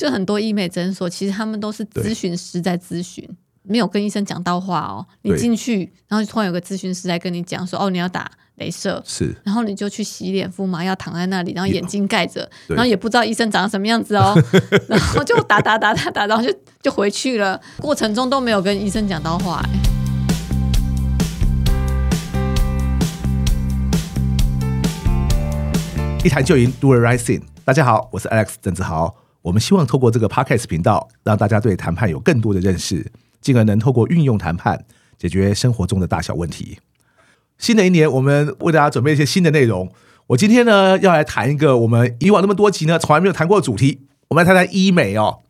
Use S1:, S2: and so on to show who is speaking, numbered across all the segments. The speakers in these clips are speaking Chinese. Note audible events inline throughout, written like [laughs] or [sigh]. S1: 就很多医美诊所，其实他们都是咨询师在咨询，没有跟医生讲到话哦。你
S2: 对
S1: 进去，然后突然有个咨询师来跟你讲说，哦，你要打镭射，
S2: 是
S1: 然后你就去洗脸、敷麻药，躺在那里，然后眼睛盖着，
S2: 对
S1: 然后也不知道医生长什么样子
S2: [laughs]
S1: 哦，然后就打打打打打，然后就就回去了，过程中都没有跟医生讲到话、哎
S2: 一谈就赢，Do the right thing。大家好，我是 Alex 郑志豪。我们希望透过这个 Podcast 频道，让大家对谈判有更多的认识，进而能透过运用谈判解决生活中的大小问题。新的一年，我们为大家准备一些新的内容。我今天呢，要来谈一个我们以往那么多集呢，从来没有谈过的主题。我们来谈谈医美哦。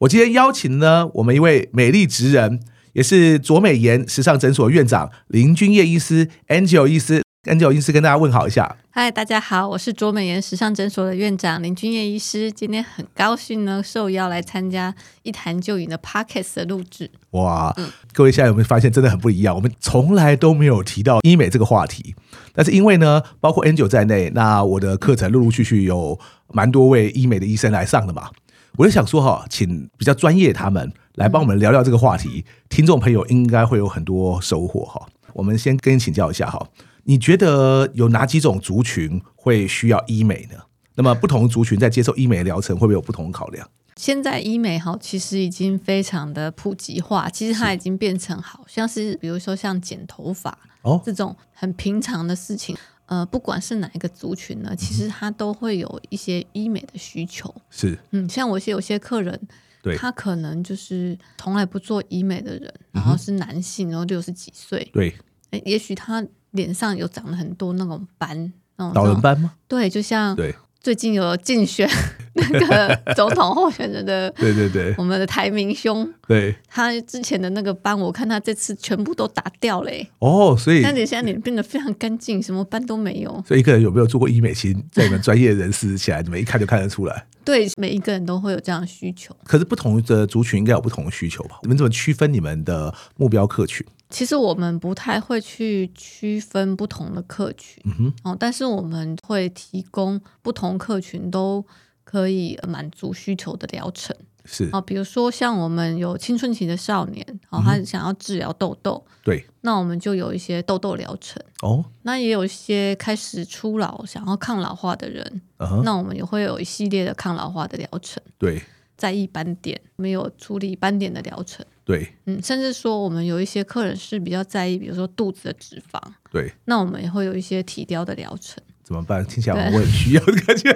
S2: 我今天邀请呢，我们一位美丽职人，也是卓美妍时尚诊所院长林君叶医师 Angel 医师，Angel 医师跟大家问好一下。
S1: 嗨，大家好，我是卓美妍时尚诊所的院长林君叶医师。今天很高兴呢，受邀来参加《一谈就赢》的 Pockets 的录制。
S2: 哇，各位现在有没有发现真的很不一样？我们从来都没有提到医美这个话题，但是因为呢，包括 N 九在内，那我的课程陆陆续续有蛮多位医美的医生来上的嘛，我就想说哈，请比较专业他们来帮我们聊聊这个话题，听众朋友应该会有很多收获哈。我们先跟你请教一下哈，你觉得有哪几种族群会需要医美呢？那么不同族群在接受医美疗程会不会有不同的考量？
S1: 现在医美哈，其实已经非常的普及化，其实它已经变成好像是，比如说像剪头发
S2: 哦，
S1: 这种很平常的事情。呃，不管是哪一个族群
S2: 嗯
S1: 呢，其实它都会有一些医美的需求。
S2: 是
S1: 嗯，像我一些有些客人，
S2: 对
S1: 他可能就是从来不做医美的人，
S2: 嗯
S1: 然后是男性，然后六十几岁，
S2: 对，
S1: 诶也许他脸上有长了很多那种斑，那种
S2: 老人，斑吗？
S1: 对，就像
S2: 对，
S1: 最近有竞选 [laughs] 那个总统候选人的
S2: 对对对 [laughs]
S1: 我们的台明兄，
S2: 对。
S1: 他之前的那个斑，我看他这次全部都打掉嘞、欸，
S2: 哦，所以
S1: 但你现在脸变得非常干净，什么斑都没有。
S2: 所以一个人有没有做过医美，其实在你们专业人士起来，你们一看就看得出来。
S1: 对，每一个人都会有这样的需求。
S2: 可是不同的族群应该有不同的需求吧？你们怎么区分你们的目标客群？
S1: 其实我们不太会去区分不同的客群，
S2: 嗯
S1: 哦，但是我们会提供不同客群都可以呃满足需求的疗程。
S2: 是
S1: 哦，比如说像我们有青春期的少年，哦，他想要治疗痘痘，
S2: 对
S1: 那我们就有一些痘痘疗程。
S2: 哦，
S1: 那也有一些开始初老、想要抗老化的人，
S2: 嗯哼，
S1: 那我们也会有一系列的抗老化的疗程，
S2: 对
S1: 在意斑点，我们有处理斑点的疗程。
S2: 对
S1: 嗯，甚至说我们有一些客人是比较在意，比如说肚子的脂肪，
S2: 对，
S1: 那我们也会有一些体雕的疗程。
S2: 怎么办？听起来我很需要的感觉。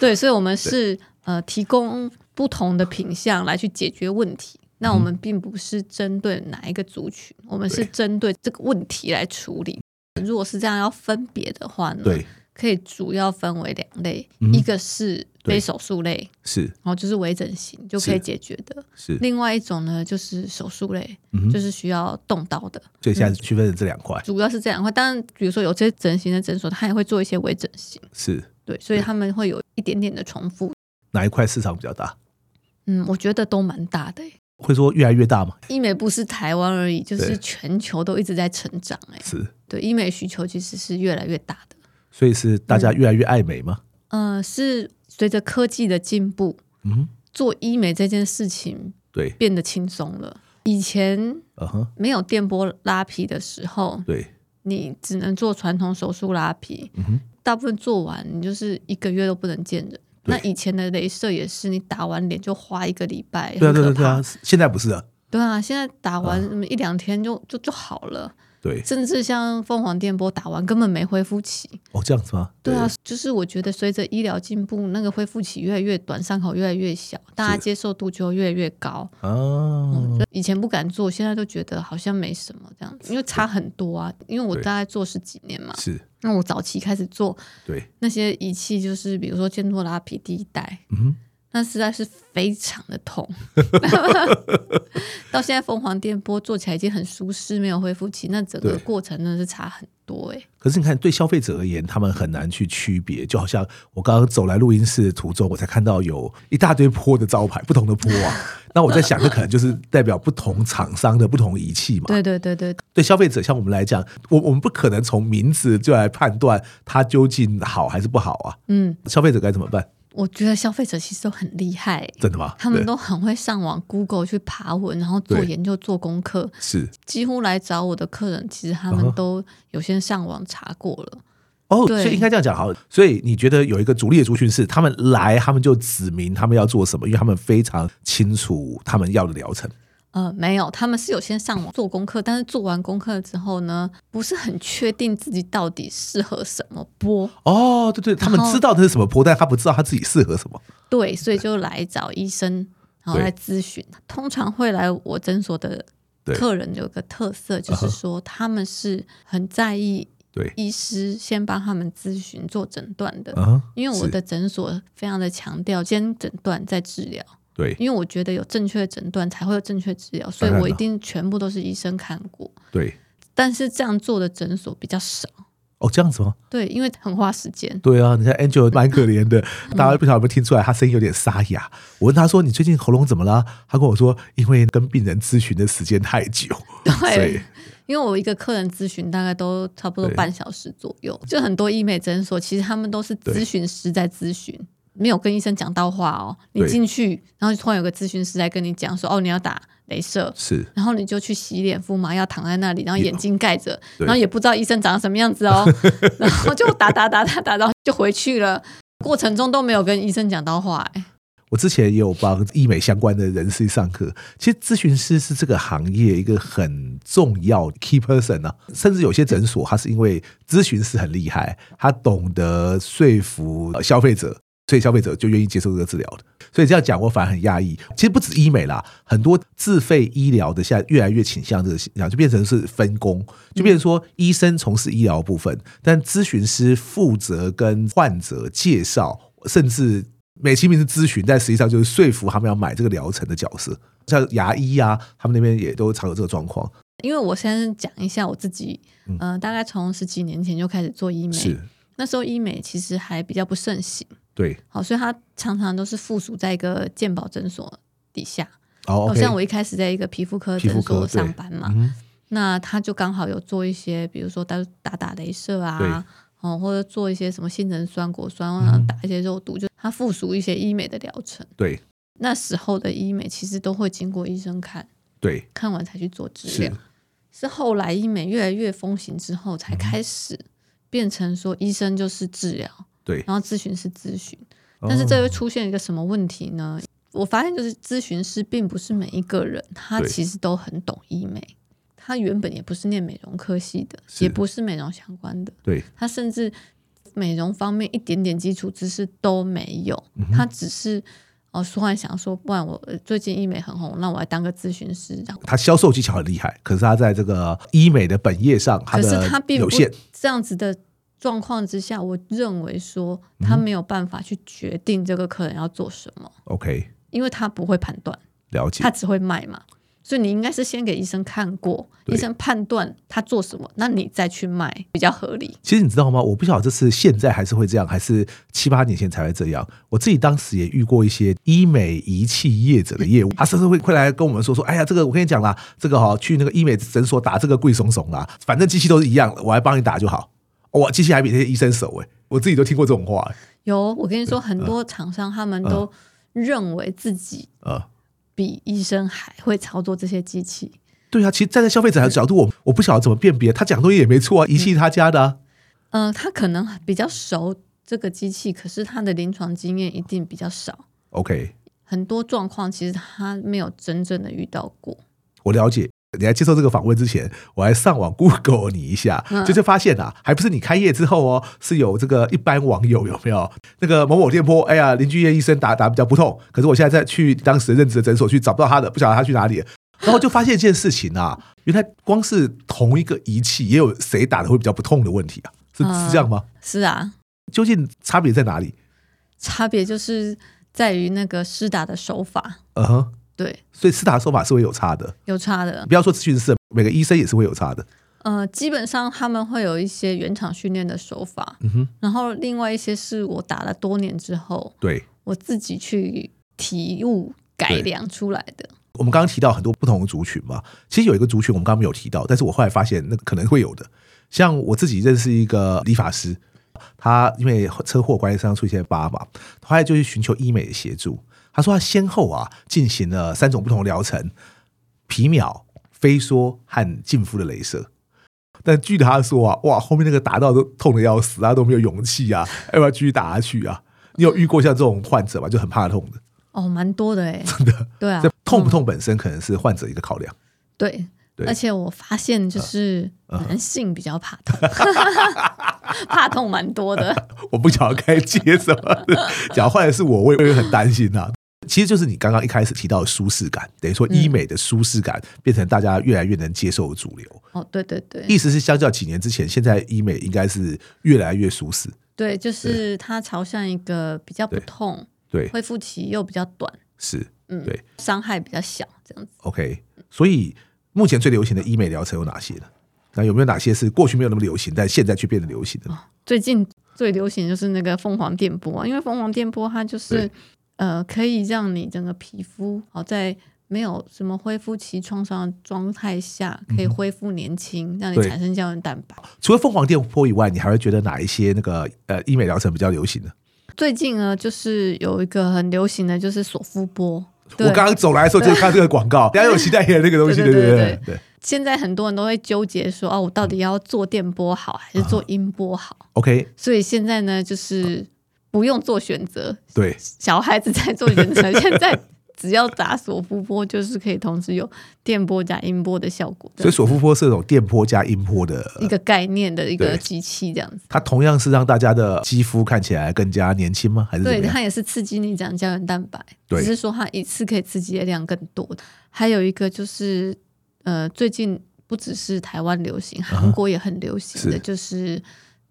S1: 对，所以我们是呃提供不同的品项来去解决问题。那我们并不是针对哪一个族群，我们是
S2: 对
S1: 针对这个问题来处理。如果是这样要分别的话呢，
S2: [laughs] 对，
S1: 可以主要分为两类，
S2: 嗯
S1: 一个是
S2: 对
S1: 非手术类，
S2: 是
S1: 然后就是微整形就可以
S2: 是
S1: 解决的；
S2: 是，
S1: 另外一种呢，就是手术类，
S2: 嗯
S1: 就
S2: 哼，
S1: 是嗯需要动刀的，
S2: 所以现在区分了这两块，
S1: 主要是这两块。当然，比如说有些整形的诊所，它也会做一些微整形，
S2: 是
S1: 对，所以他们会有一点点的重复。
S2: 哪一块市场比较大？
S1: 嗯，我觉得都蛮大的、欸。
S2: 会说越来越大吗？
S1: 医美不是台湾而已，就是
S2: 对
S1: 全球都一直在成长、欸。
S2: 是，
S1: 对，医美需求其实是越来越大的。
S2: 所以是大家越来越爱美吗？
S1: 嗯、是随着科技的进步，
S2: 嗯哼，
S1: 做医美这件事情
S2: 对，
S1: 变得轻松了。以前
S2: 嗯哼，
S1: 没有电波拉皮的时候，
S2: 对，
S1: 你只能做传统手术拉皮，
S2: 哼
S1: 大部分做完你就是一个月都不能见人。那
S2: 对
S1: 以前的镭射也是，你打完脸就花一个礼拜，
S2: 对啊，
S1: 很
S2: 对
S1: 可
S2: 啊，对
S1: 怕
S2: 啊，现在不是啊，
S1: 对啊，现在打完那么一两天就就就好了，
S2: 对，
S1: 甚至像凤凰电波打完根本没恢复期。
S2: 哦，这样子吗？
S1: 对啊，就是我觉得随着医疗进步，那个恢复期越来越短，伤口越来越小，大家
S2: 是
S1: 接受度就越来越高。
S2: 啊，
S1: 嗯，就以前不敢做，现在都觉得好像没什么这样子，因为差很多啊。因为我
S2: 对
S1: 大概做十几年嘛，
S2: 是，
S1: 那我早期开始做
S2: 对，
S1: 那些仪器，就是比如说肩托拉皮第一代，
S2: 嗯哼。
S1: 那实在是非常的
S2: [laughs]
S1: 痛。到现在凤凰电波做起来已经很舒适，没有恢复期，那整个
S2: 对
S1: 过程真的是差很多哎、
S2: 可是你看，对消费者而言，他们很难去区别。就好像我刚刚走来录音室的途中，我才看到有一大堆坡的招牌，不同的坡
S1: [laughs]
S2: 啊。那我在想，这可能就是代表不同厂商的不同仪器嘛。
S1: 对对对对，
S2: 对消费者，像我们来讲，我我们不可能从名字就来判断它究竟好还是不好啊。
S1: 嗯，
S2: 消费者该怎么办？
S1: 我觉得消费者其实都很厉害，欸
S2: 真的吗？
S1: 他们
S2: 对
S1: 都很会上网 Google 去爬文，然后做
S2: 对
S1: 研究、做功课。
S2: 是
S1: 几乎来找我的客人，其实他
S2: 嗯
S1: 们
S2: 哼
S1: 都有些上网查过了。
S2: 哦，
S1: 对
S2: 所以应该这样讲好了。所以你觉得有一个主力的族群是他们来，他们就指明他们要做什么，因为他们非常清楚他们要的疗程。
S1: 呃，没有，他们是有先上网做功课，但是做完功课之后呢，不是很确定自己到底适合什么播，
S2: 哦，对对，他们
S1: 然后
S2: 知道这是什么波，但他不知道他自己适合什么。
S1: 对，所以就来找医生，然后
S2: 对
S1: 来咨询。通常会来我诊所的
S2: 对
S1: 客人有个特色，就
S2: 啊哈
S1: 是说他们是很在意
S2: 对，
S1: 医师先帮他们咨询做诊断的，
S2: 嗯，
S1: 因为我
S2: 是
S1: 的诊所非常的强调先诊断再治疗。
S2: 对
S1: 因为我觉得有正确的诊断才会有正确治疗，所以
S2: 当然
S1: 我一
S2: 了
S1: 定全部都是医生看过。
S2: 对，
S1: 但是这样做的诊所比较少，
S2: 哦，这样子吗？
S1: 对，因为很花时间。
S2: 对啊，你看 Angel 蛮可怜的，
S1: 嗯
S2: 大家不晓得有没有听出来，他声音有点沙哑。我问他说：“你最近喉咙怎么了？”他跟我说：“因为跟病人咨询的时间太久，所以
S1: 对，因为我一个客人咨询大概都差不多
S2: 对
S1: 半小时左右，就很多医美诊所其实他们都是
S2: 对
S1: 咨询师在咨询。没有跟医生讲到话哦，你
S2: 对
S1: 进去，然后突然有个咨询师来跟你讲说，哦，你要打镭射，
S2: 是
S1: 然后你就去洗脸、敷麻药，躺在那里，然后
S2: 有
S1: 眼睛盖着，
S2: 对
S1: 然后也不知道医生长什么样子
S2: [laughs]
S1: 哦，然后就打打打打打，然后就回去了。过程中都没有跟医生讲到话、哎
S2: 我之前也有帮医美相关的人士上课。其实咨询师是这个行业一个很重要的 key person 啊，甚至有些诊所，他是因为咨询师很厉害，他懂得说服呃消费者。所以消费者就愿意接受这个治疗的，所以这样讲我反而很讶异。其实不止医美啦，很多自费医疗的现在越来越倾向这个倾向，就变成是分工，就变成说医生从事医疗部分，但咨询师负责跟患者介绍，甚至美其名是咨询，但实际上就是说服他们要买这个疗程的角色，像牙医啊，他们那边也都常有这个状况。
S1: 因为我先讲一下我自己，呃，大概从十几年前就开始做医美，
S2: 嗯是，
S1: 那时候医美其实还比较不盛行，
S2: 对，
S1: 好，所以它常常都是附属在一个健保诊所底下。好、
S2: 哦，OK，
S1: 像我一开始在一个皮肤科
S2: 皮肤
S1: 诊
S2: 科
S1: 所
S2: 对
S1: 上班嘛，
S2: 嗯
S1: 那他就刚好有做一些，比如说打打打镭射啊，哦，或者做一些什么杏仁酸、果酸啊，
S2: 嗯
S1: 打一些肉毒，就它附属一些医美的疗程。
S2: 对
S1: 那时候的医美其实都会经过医生看，
S2: 对
S1: 看完才去做治
S2: 是
S1: 疗。是后来医美越来越风行之后，
S2: 嗯
S1: 才开始变成说医生就是治疗，
S2: 对，
S1: 然后咨询师咨询。哦
S2: 哦
S1: 但是这会出现一个什么问题呢？我发现就是咨询师并不是每一个人，他
S2: 对
S1: 其实都很懂医美，他原本也不是念美容科系的，
S2: 是
S1: 也不是美容相关的，
S2: 对
S1: 他甚至美容方面一点点基础知识都没有，
S2: 嗯
S1: 他只是哦、呃突然想说，不然我呃最近医美很红，那我来当个咨询师，然后
S2: 他销售技巧很厉害，可是他在这个医美的本业上，
S1: 可是他
S2: 的
S1: 并
S2: 有
S1: 不
S2: 限，
S1: 这样子的状况之下，我认为说
S2: 嗯
S1: 他没有办法去决定这个客人要做什么，
S2: OK，
S1: 因为他不会判断。
S2: 了解
S1: 他，只会卖嘛。所以你应该是先给医生看过，
S2: 对
S1: 医生判断他做什么，那你再去卖比较合理。
S2: 其实你知道吗？我不晓得这是现在还是会这样，还是七八年前才会这样。我自己当时也遇过一些医美仪器业者的业务，他甚至会会来跟我们说说：“哎呀，这个我跟你讲啦，这个哈、去那个医美诊所打这个贵怂怂啦，反正机器都是一样的，我来帮你打就好。哦哇，机器还比那些医生熟哎、我自己都听过这种话、哎
S1: 有，我跟你说，很多厂商他们都
S2: 嗯
S1: 认为自己
S2: 呃。
S1: 比医生还会操作这些机器。
S2: 对啊，其实站在消费者的角度，我我不晓得怎么辨别。他讲的东西也没错啊，仪器他家的、啊，
S1: 嗯、他可能比较熟这个机器，可是他的临床经验一定比较少。
S2: OK，
S1: 很多状况其实他没有真正的遇到过。
S2: 我了解。你在接受这个访问之前，我还上网 [laughs] Google 你一下，
S1: 嗯
S2: 就就发现啊，还不是你开业之后哦，是有这个一般网友有没有那个某某店铺？哎呀，邻居叶医生打打比较不痛，可是我现在在去当时任职的诊所去找不到他的，不晓得他去哪里了。然后就发现一件事情啊，原来光是同一个仪器，也有谁打的会比较不痛的问题啊？是是这样吗？
S1: 是啊，
S2: 究竟差别在哪里？
S1: 差别就是在于那个施打的手法，
S2: 嗯哼，
S1: 对，
S2: 所以施打手法是会有差的，
S1: 有差的。
S2: 不要说咨询师，每个医生也是会有差的。
S1: 呃，基本上他们会有一些原厂训练的手法，
S2: 嗯哼，
S1: 然后另外一些是我打了多年之后，
S2: 对。
S1: 我自己去体悟改
S2: 对
S1: 良出来的。
S2: 我们刚刚提到很多不同的族群嘛，其实有一个族群我们刚刚没有提到，但是我后来发现那可能会有的。像我自己认识一个理发师，他因为车祸关系身上出现疤嘛，后来就去寻求医美的协助。他说他先后啊进行了三种不同的疗程：皮秒、飞梭和净肤的镭射。但据他说啊，哇，后面那个打到都痛的要死，他都没有勇气啊，要不要继续打下去啊？你有遇过像这种患者吗？就很怕痛的，
S1: 哦，蛮多的哎、
S2: [laughs] 真的。
S1: 对啊
S2: 这，痛不痛本身可能是患者一个考量。
S1: 对。
S2: 对啊
S1: 而且我发现，就是男性比较怕
S2: [laughs]
S1: 痛，怕痛蛮多的。
S2: 我不晓得该接什么。讲坏的是我，我也我也很担心啊。其实就是你刚刚一开始提到的舒适感，等于说医美的舒适感变成大家越来越能接受的主流。
S1: 哦，对对对，
S2: 意思是，相较几年之前，现在医美应该是越来越舒适。
S1: 对，就是它朝向一个比较不
S2: 对
S1: 痛，
S2: 对，
S1: 恢复期又比较短，
S2: 是，
S1: 嗯
S2: 对
S1: 伤害比较小，这样子。
S2: OK。所以目前最流行的医美疗程有哪些呢？那有没有哪些是过去没有那么流行，但现在却变得流行的呢？
S1: 最近最流行就是那个凤凰电波啊，因为凤凰电波它就是
S2: 对
S1: 呃，可以让你整个皮肤好在没有什么恢复期创伤的状态下，可以恢复年轻，让你
S2: 嗯对
S1: 产生胶原蛋白。
S2: 除了凤凰电波以外，你还会觉得哪一些那个呃医美疗程比较流行呢？
S1: 最近呢，就是有一个很流行的就是索肤波，
S2: 我
S1: 对，
S2: 刚刚走来的时候就是看这个
S1: [laughs]
S2: 广告，大家有期待的那个东西，
S1: 对
S2: 对
S1: 对对
S2: 对对。
S1: 现在很多人都会纠结说，哦，我到底要做电波好还是做
S2: 啊
S1: 音波好？
S2: OK，
S1: 所以现在呢，就是不用做选择，
S2: 对，
S1: 小孩子在做选择，现在只要打索夫波，就是可以同时有电波加音波的效果，
S2: 所以索夫波是那种电波加音波
S1: 一
S2: 的，
S1: 个概念的一
S2: 对
S1: 个机器这样子。
S2: 它同样是让大家的肌肤看起来更加年轻吗？还是怎
S1: 对，
S2: 么样？
S1: 它也是刺激你长胶原蛋白，
S2: 对
S1: 只是说它一次可以刺激的量更多。还有一个就是，呃，最近不只是台湾流行，韩国也很流行的，
S2: 是
S1: 就是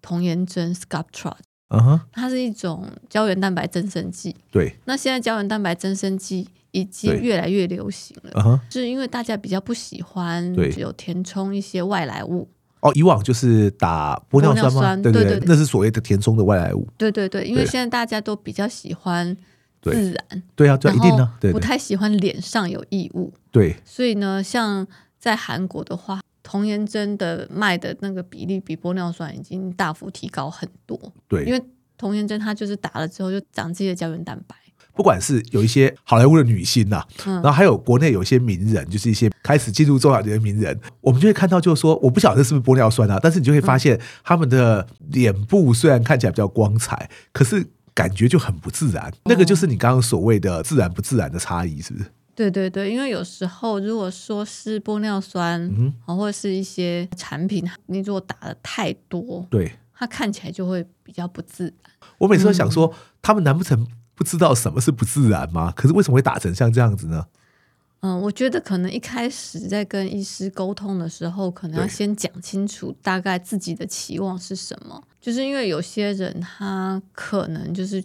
S1: 童颜针 Sculptra，
S2: 嗯哼，
S1: 它是一种胶原蛋白增生剂。
S2: 对，
S1: 那现在胶原蛋白增生剂已经
S2: 对
S1: 越来越流行了。
S2: 嗯哼，
S1: 是因为大家比较不喜欢
S2: 对
S1: 有填充一些外来物，
S2: 哦，以往就是打玻
S1: 玻
S2: 尿酸
S1: 尿
S2: 吗？
S1: 酸
S2: 对
S1: 对
S2: 对
S1: 对对
S2: 那是所谓的填充的外来物。
S1: 对对对，因为
S2: 对
S1: 现在大家都比较喜欢
S2: 对
S1: 自然，
S2: 对啊，对啊，
S1: 然
S2: 一定
S1: 后
S2: 的，对
S1: 不
S2: 对
S1: 太喜欢脸上有异物，
S2: 对，
S1: 所以呢，像在韩国的话，童颜针的卖的那个比例比玻尿酸已经大幅提高很多，因
S2: 对，
S1: 为童颜针它就是打了之后就长自己的胶原蛋白，
S2: 不管是有一些好莱坞的女啊星呐、
S1: 嗯
S2: 然后还有国内有一些名人，就是一些开始进入中老年的名人，我们就会看到，就是说，我不晓得这是不是玻尿酸啊，但是你就会发现他们的脸部虽然看起来比较光彩，可是感觉就很不自然。那个就是你刚刚所谓的自然不自然的差异，是不是？
S1: 对对对，因为有时候如果说是玻尿酸，
S2: 嗯哼
S1: 然后或者是一些产品，你如果打的太多，
S2: 对
S1: 它看起来就会比较不自然。
S2: 我每次都
S1: 嗯
S2: 想说，他们难不成不知道什么是不自然吗？可是为什么会打成像这样子呢？
S1: 嗯，我觉得可能一开始在跟医师沟通的时候，可能要
S2: 对
S1: 先讲清楚大概自己的期望是什么。就是因为有些人他可能就是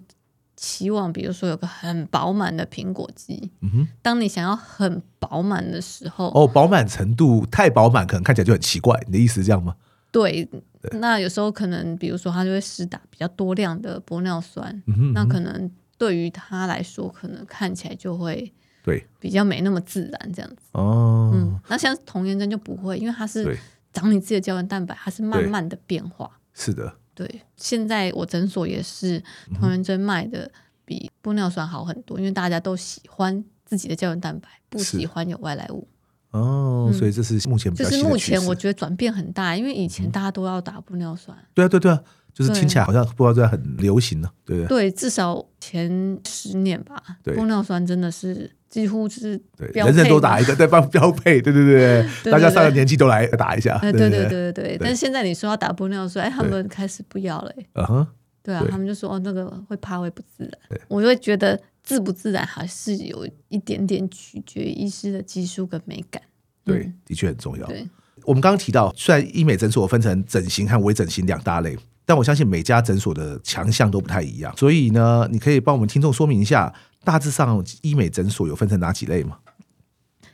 S1: 期望，比如说有个很饱满的苹果肌，
S2: 嗯哼，
S1: 当你想要很饱满的时候，
S2: 哦，饱满程度太饱满，可能看起来就很奇怪。你的意思是这样吗？
S1: 对，那有时候可能比如说他就会施打比较多量的玻尿酸，
S2: 嗯哼，
S1: 那
S2: 嗯哼
S1: 可能对于他来说，可能看起来就会
S2: 对
S1: 比较没那么自然这样子。
S2: 哦，
S1: 嗯，那像童颜针就不会，因为它
S2: 对
S1: 是长你自己的胶原蛋白，它是慢慢的变化。
S2: 是的。
S1: 对，现在我诊所也是童颜针卖的比玻尿酸好很多，因为大家都喜欢自己的胶原蛋白，不
S2: 是
S1: 喜欢有外来物。
S2: 哦，所以这是目前比
S1: 就嗯
S2: 较
S1: 是
S2: 新的
S1: 目
S2: 趋
S1: 前
S2: 势
S1: 我觉得转变很大，因为以
S2: 嗯
S1: 前大家都要打玻尿酸，
S2: 对啊，对对啊，就是听
S1: 对
S2: 起来好像不知道在很流行呢、对不对？
S1: 对，至少前十年吧，
S2: 对
S1: 玻尿酸真的是几乎是
S2: 对，
S1: 标
S2: 人人
S1: 配
S2: 都
S1: 嘛
S2: 打一个，对帮标配，对对对，
S1: 对
S2: 大家
S1: 对
S2: 上了
S1: 对
S2: 年纪都来打一下，
S1: 哎，
S2: 对
S1: 对对
S2: 对，
S1: 对对对，但是现在你说要打玻尿酸，哎，他
S2: 对
S1: 们开始不要了、哎
S2: 嗯哼，
S1: 对啊，
S2: 对
S1: 他们就说哦，那个会怕会不自
S2: 对
S1: 然，我就会觉得自不自然还是有一点点取决于医师的技术跟美感。
S2: 对
S1: 嗯，
S2: 的确很重要。
S1: 对
S2: 我们刚刚提到，虽然医美诊所分成整形和微整形两大类，但我相信每家诊所的强项都不太一样，所以呢，你可以帮我们听众说明一下，大致上医美诊所有分成哪几类吗？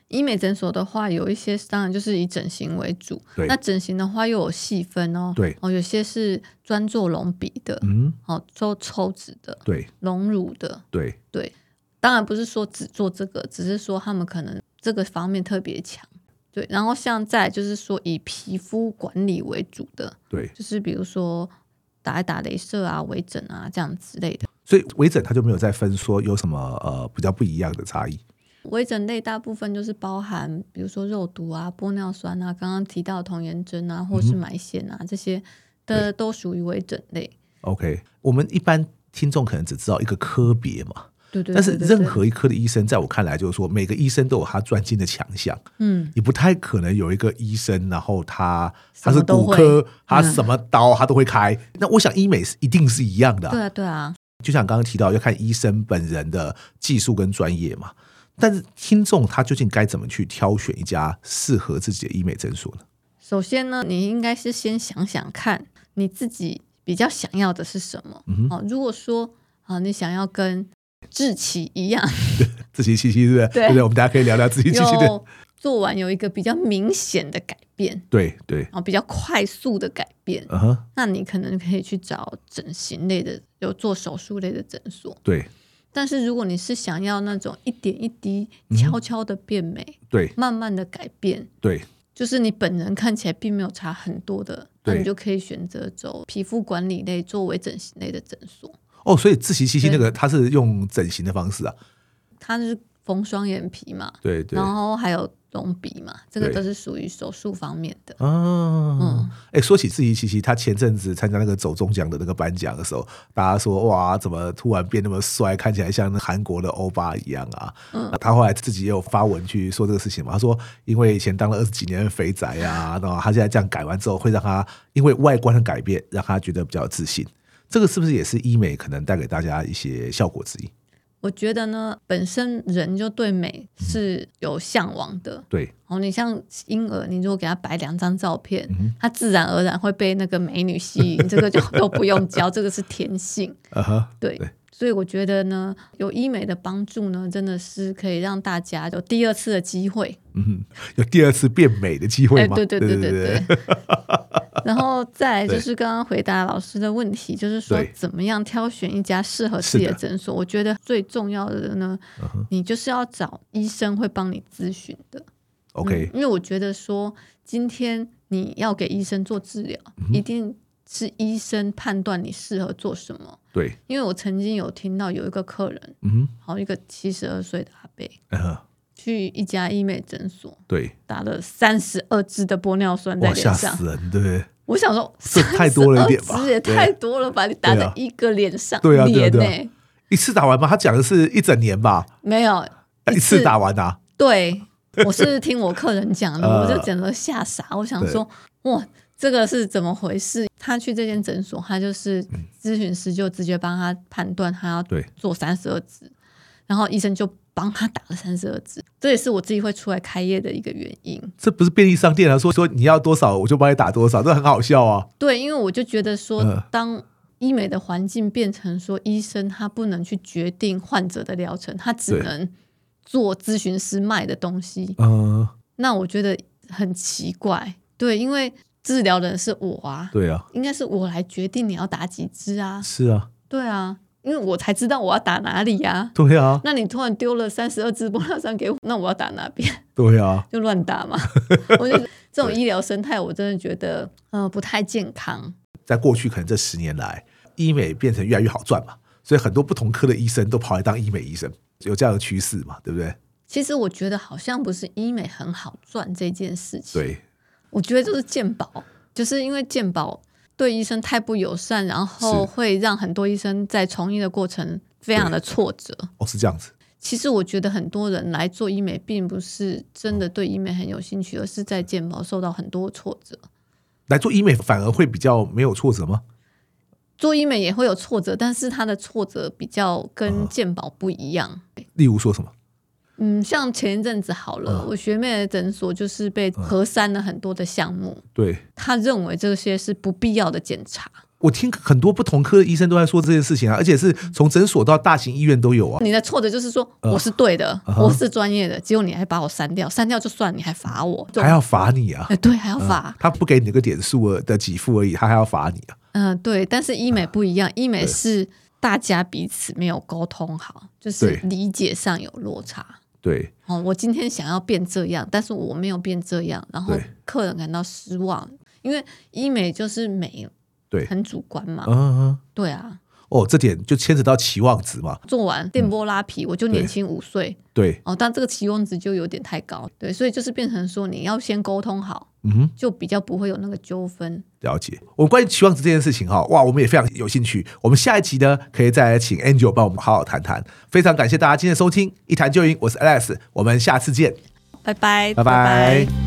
S1: 医美诊所的话，有一些当然就是以整形为主，
S2: 对
S1: 那整形的话又有细分哦，
S2: 对
S1: 哦，有些是专做隆鼻的，
S2: 嗯，
S1: 哦，做抽脂的、
S2: 对
S1: 隆乳的，
S2: 对，
S1: 对，当然不是说只做这个，只是说他们可能这个方面特别强。对，然后像在就是说以皮肤管理为主的，
S2: 对，
S1: 就是比如说打一打镭射啊、微整啊这样之类的。
S2: 所以微整它就没有再分说有什么呃比较不一样的差异。
S1: 微整类大部分就是包含，比如说肉毒啊、玻尿酸啊，刚刚提到的童颜针啊，
S2: 嗯
S1: 或是埋线啊、这些的，都属于微整类。
S2: OK，我们一般听众可能只知道一个科别嘛，
S1: 对对对
S2: 但是
S1: 对对
S2: 任何一科的医生，在我看来就是说，每个医生都有他专精的强项，
S1: 嗯，
S2: 你不太可能有一个医生，然后他他
S1: 什么
S2: 是
S1: 都
S2: 骨
S1: 会
S2: 科，他什么刀他都会开。那我想医美是一定是一样的啊、
S1: 对啊对啊，
S2: 就像刚刚提到，要看医生本人的技术跟专业嘛。但是听众他究竟该怎么去挑选一家适合自己的医美诊所呢？
S1: 首先呢，你应该是先想想看你自己比较想要的是什么。
S2: 嗯
S1: 哦，如果说啊、你想要跟志奇一样，
S2: 自己七七是不是？
S1: 对
S2: 不对？我们大家可以聊聊自己七七的。
S1: 有做完有一个比较明显的改变，
S2: 对对，
S1: 啊，比较快速的改变，
S2: 嗯哼，
S1: 那你可能可以去找整形类的，有做手术类的诊所。
S2: 对
S1: 但是如果你是想要那种一点一滴
S2: 嗯
S1: 悄悄的变美，
S2: 对
S1: 慢慢的改变，
S2: 对，
S1: 就是你本人看起来并没有差很多的，那
S2: 对
S1: 你就可以选择走皮肤管理类作为整形类的诊所，
S2: 哦，所以自习七七
S1: 对
S2: 那个他是用整形的方式啊，
S1: 它是缝双眼皮嘛，
S2: 对对
S1: 然后还有隆鼻嘛，这个
S2: 对
S1: 都是属于手术方面的。
S2: 啊
S1: 嗯，
S2: 哎、说起自习七七，他前阵子参加那个走中奖的那个颁奖的时候，大家说哇，怎么突然变那么帅，看起来像那韩国的欧巴一样啊？
S1: 嗯
S2: 啊他后来自己也有发文去说这个事情嘛，他说因为以前当了二十几年的肥宅啊，然后他现在这样改完之后，会让他因为外观的改变，让他觉得比较有自信。这个是不是也是医美可能带给大家一些效果之一？
S1: 我觉得呢，本身人就对美是有向往的。
S2: 对，
S1: 哦，你像婴儿，你如果给他摆两张照片，
S2: 嗯
S1: 他自然而然会被那个美女吸
S2: [laughs]
S1: 引，这个就都不用教，这个是天性。
S2: 呃呵，
S1: 对，
S2: 对
S1: 所以我觉得呢，有医美的帮助呢，真的是可以让大家有第二次的机会。
S2: 嗯， [laughs] 有第二次变美的机会
S1: 哎，
S2: 吗？
S1: 对对
S2: 对
S1: 对对
S2: 对
S1: 对。嗯 [laughs] 然后再来就
S2: 对
S1: 是刚刚回答老师的问题，就是说
S2: 对
S1: 怎么样挑选一家适合自己的
S2: 是的嗯
S1: 诊所？我觉得最重要的呢，你就是要找医生会帮你咨询的。
S2: ，OK，
S1: 嗯因为我觉得说今天你要给医生做治疗，
S2: 嗯
S1: 一定是医生判断你适合做什么。
S2: 对，
S1: 因为我曾经有听到有一个客人，
S2: 嗯哼，
S1: 好一个七十二岁的阿伯，
S2: 呃呵，
S1: 去一家医美诊所
S2: 对。
S1: 打了三十二支的玻尿酸在
S2: 哇，吓
S1: 脸上
S2: 死，人，对不对？
S1: 我想说
S2: 这太多了一点吧
S1: 32支也
S2: 对
S1: 太多了吧？你打
S2: 对
S1: 在
S2: 啊
S1: 一个脸上，
S2: 对啊对啊
S1: 脸呢、
S2: 对啊一次打完吗？他讲的是一整年吧，
S1: 没有
S2: 一次打完啊，
S1: 对，我是听我客人讲
S2: [laughs]
S1: 的，
S2: 呃
S1: 我就整个吓傻。我想说，哇，这个是怎么回事？他去这间诊所，他就是咨询师就直接帮他判断他要
S2: 嗯对
S1: 做三十二支，然后医生就帮他打了三十二支。这也是我自己会出来开业的一个原因。
S2: 这不是便利商店啊，说说你要多少我就帮你打多少，这很好笑啊。
S1: 对，因为我就觉得
S2: 嗯
S1: 说，当医美的环境变成说，医生他不能去决定患者的疗程，他只
S2: 对
S1: 能做咨询师卖的东西。
S2: 嗯、
S1: 那我觉得很奇怪，对，因为治疗的人是我啊，
S2: 对啊，
S1: 应该是我来决定你要打几支啊，
S2: 是啊，
S1: 对啊，因为我才知道我要打哪里呀、啊。
S2: 对啊，
S1: 那你突然丢了三十二支玻尿酸给我，那我要打哪边？ [laughs]
S2: 对啊，
S1: 就乱打嘛。我就这种医疗生态，我真的觉得呃不太健康。
S2: 在过去可能这十年来，医美变成越来越好赚嘛，所以很多不同科的医生都跑来当医美医生，有这样的趋势嘛，对不对？
S1: 其实我觉得好像不是医美很好赚这件事情，
S2: 对，
S1: 我觉得就是健保，就是因为健保对医生太不友善，然后
S2: 是
S1: 会让很多医生在从医的过程非常的挫折。
S2: 哦，是这样子，
S1: 其实我觉得很多人来做医美，并不是真的对医美很有兴趣，而是在健保受到很多挫折。
S2: 来做医美反而会比较没有挫折吗？
S1: 做医美也会有挫折，但是他的挫折比较跟健保不一样。
S2: 例如说什么？
S1: 嗯，像前一阵子好了，我学妹的诊所就是被核删了很多的项目，
S2: 对，
S1: 她认为这些是不必要的检查。
S2: 我听很多不同科的医生都在说这件事情啊，而且是从诊所到大型医院都有啊。
S1: 你的挫折就是说我是对的，
S2: 啊哈
S1: 我是专业的，结果你还把我删掉，删掉就算，你还罚我，
S2: 还要罚你啊！
S1: 哎对，还要罚，
S2: 他不给你个点数的给付而已，他还要罚你啊！
S1: 嗯、对。但是医美不一样，医美
S2: 对
S1: 是大家彼此没有沟通好，就是
S2: 对
S1: 理解上有落差。
S2: 对
S1: 哦，我今天想要变这样，但是我没有变这样，然后
S2: 对
S1: 客人感到失望，因为医美就是美，
S2: 对
S1: 很主观嘛。
S2: 嗯哼，
S1: 对啊，
S2: 哦，这点就牵扯到期望值嘛，
S1: 做完电波拉皮，我就年轻五岁
S2: 对，
S1: 哦，但这个期望值就有点太高，对，所以就是变成说你要先沟通好，
S2: 嗯哼，
S1: 就比较不会有那个纠纷。
S2: 了解。我们关于期望值这件事情哈，哇，我们也非常有兴趣。我们下一集呢，可以再来请 Angel 帮我们好好谈谈。非常感谢大家今天的收听，一谈就赢，我是 Alex，我们下次见，
S1: 拜拜，
S2: 拜拜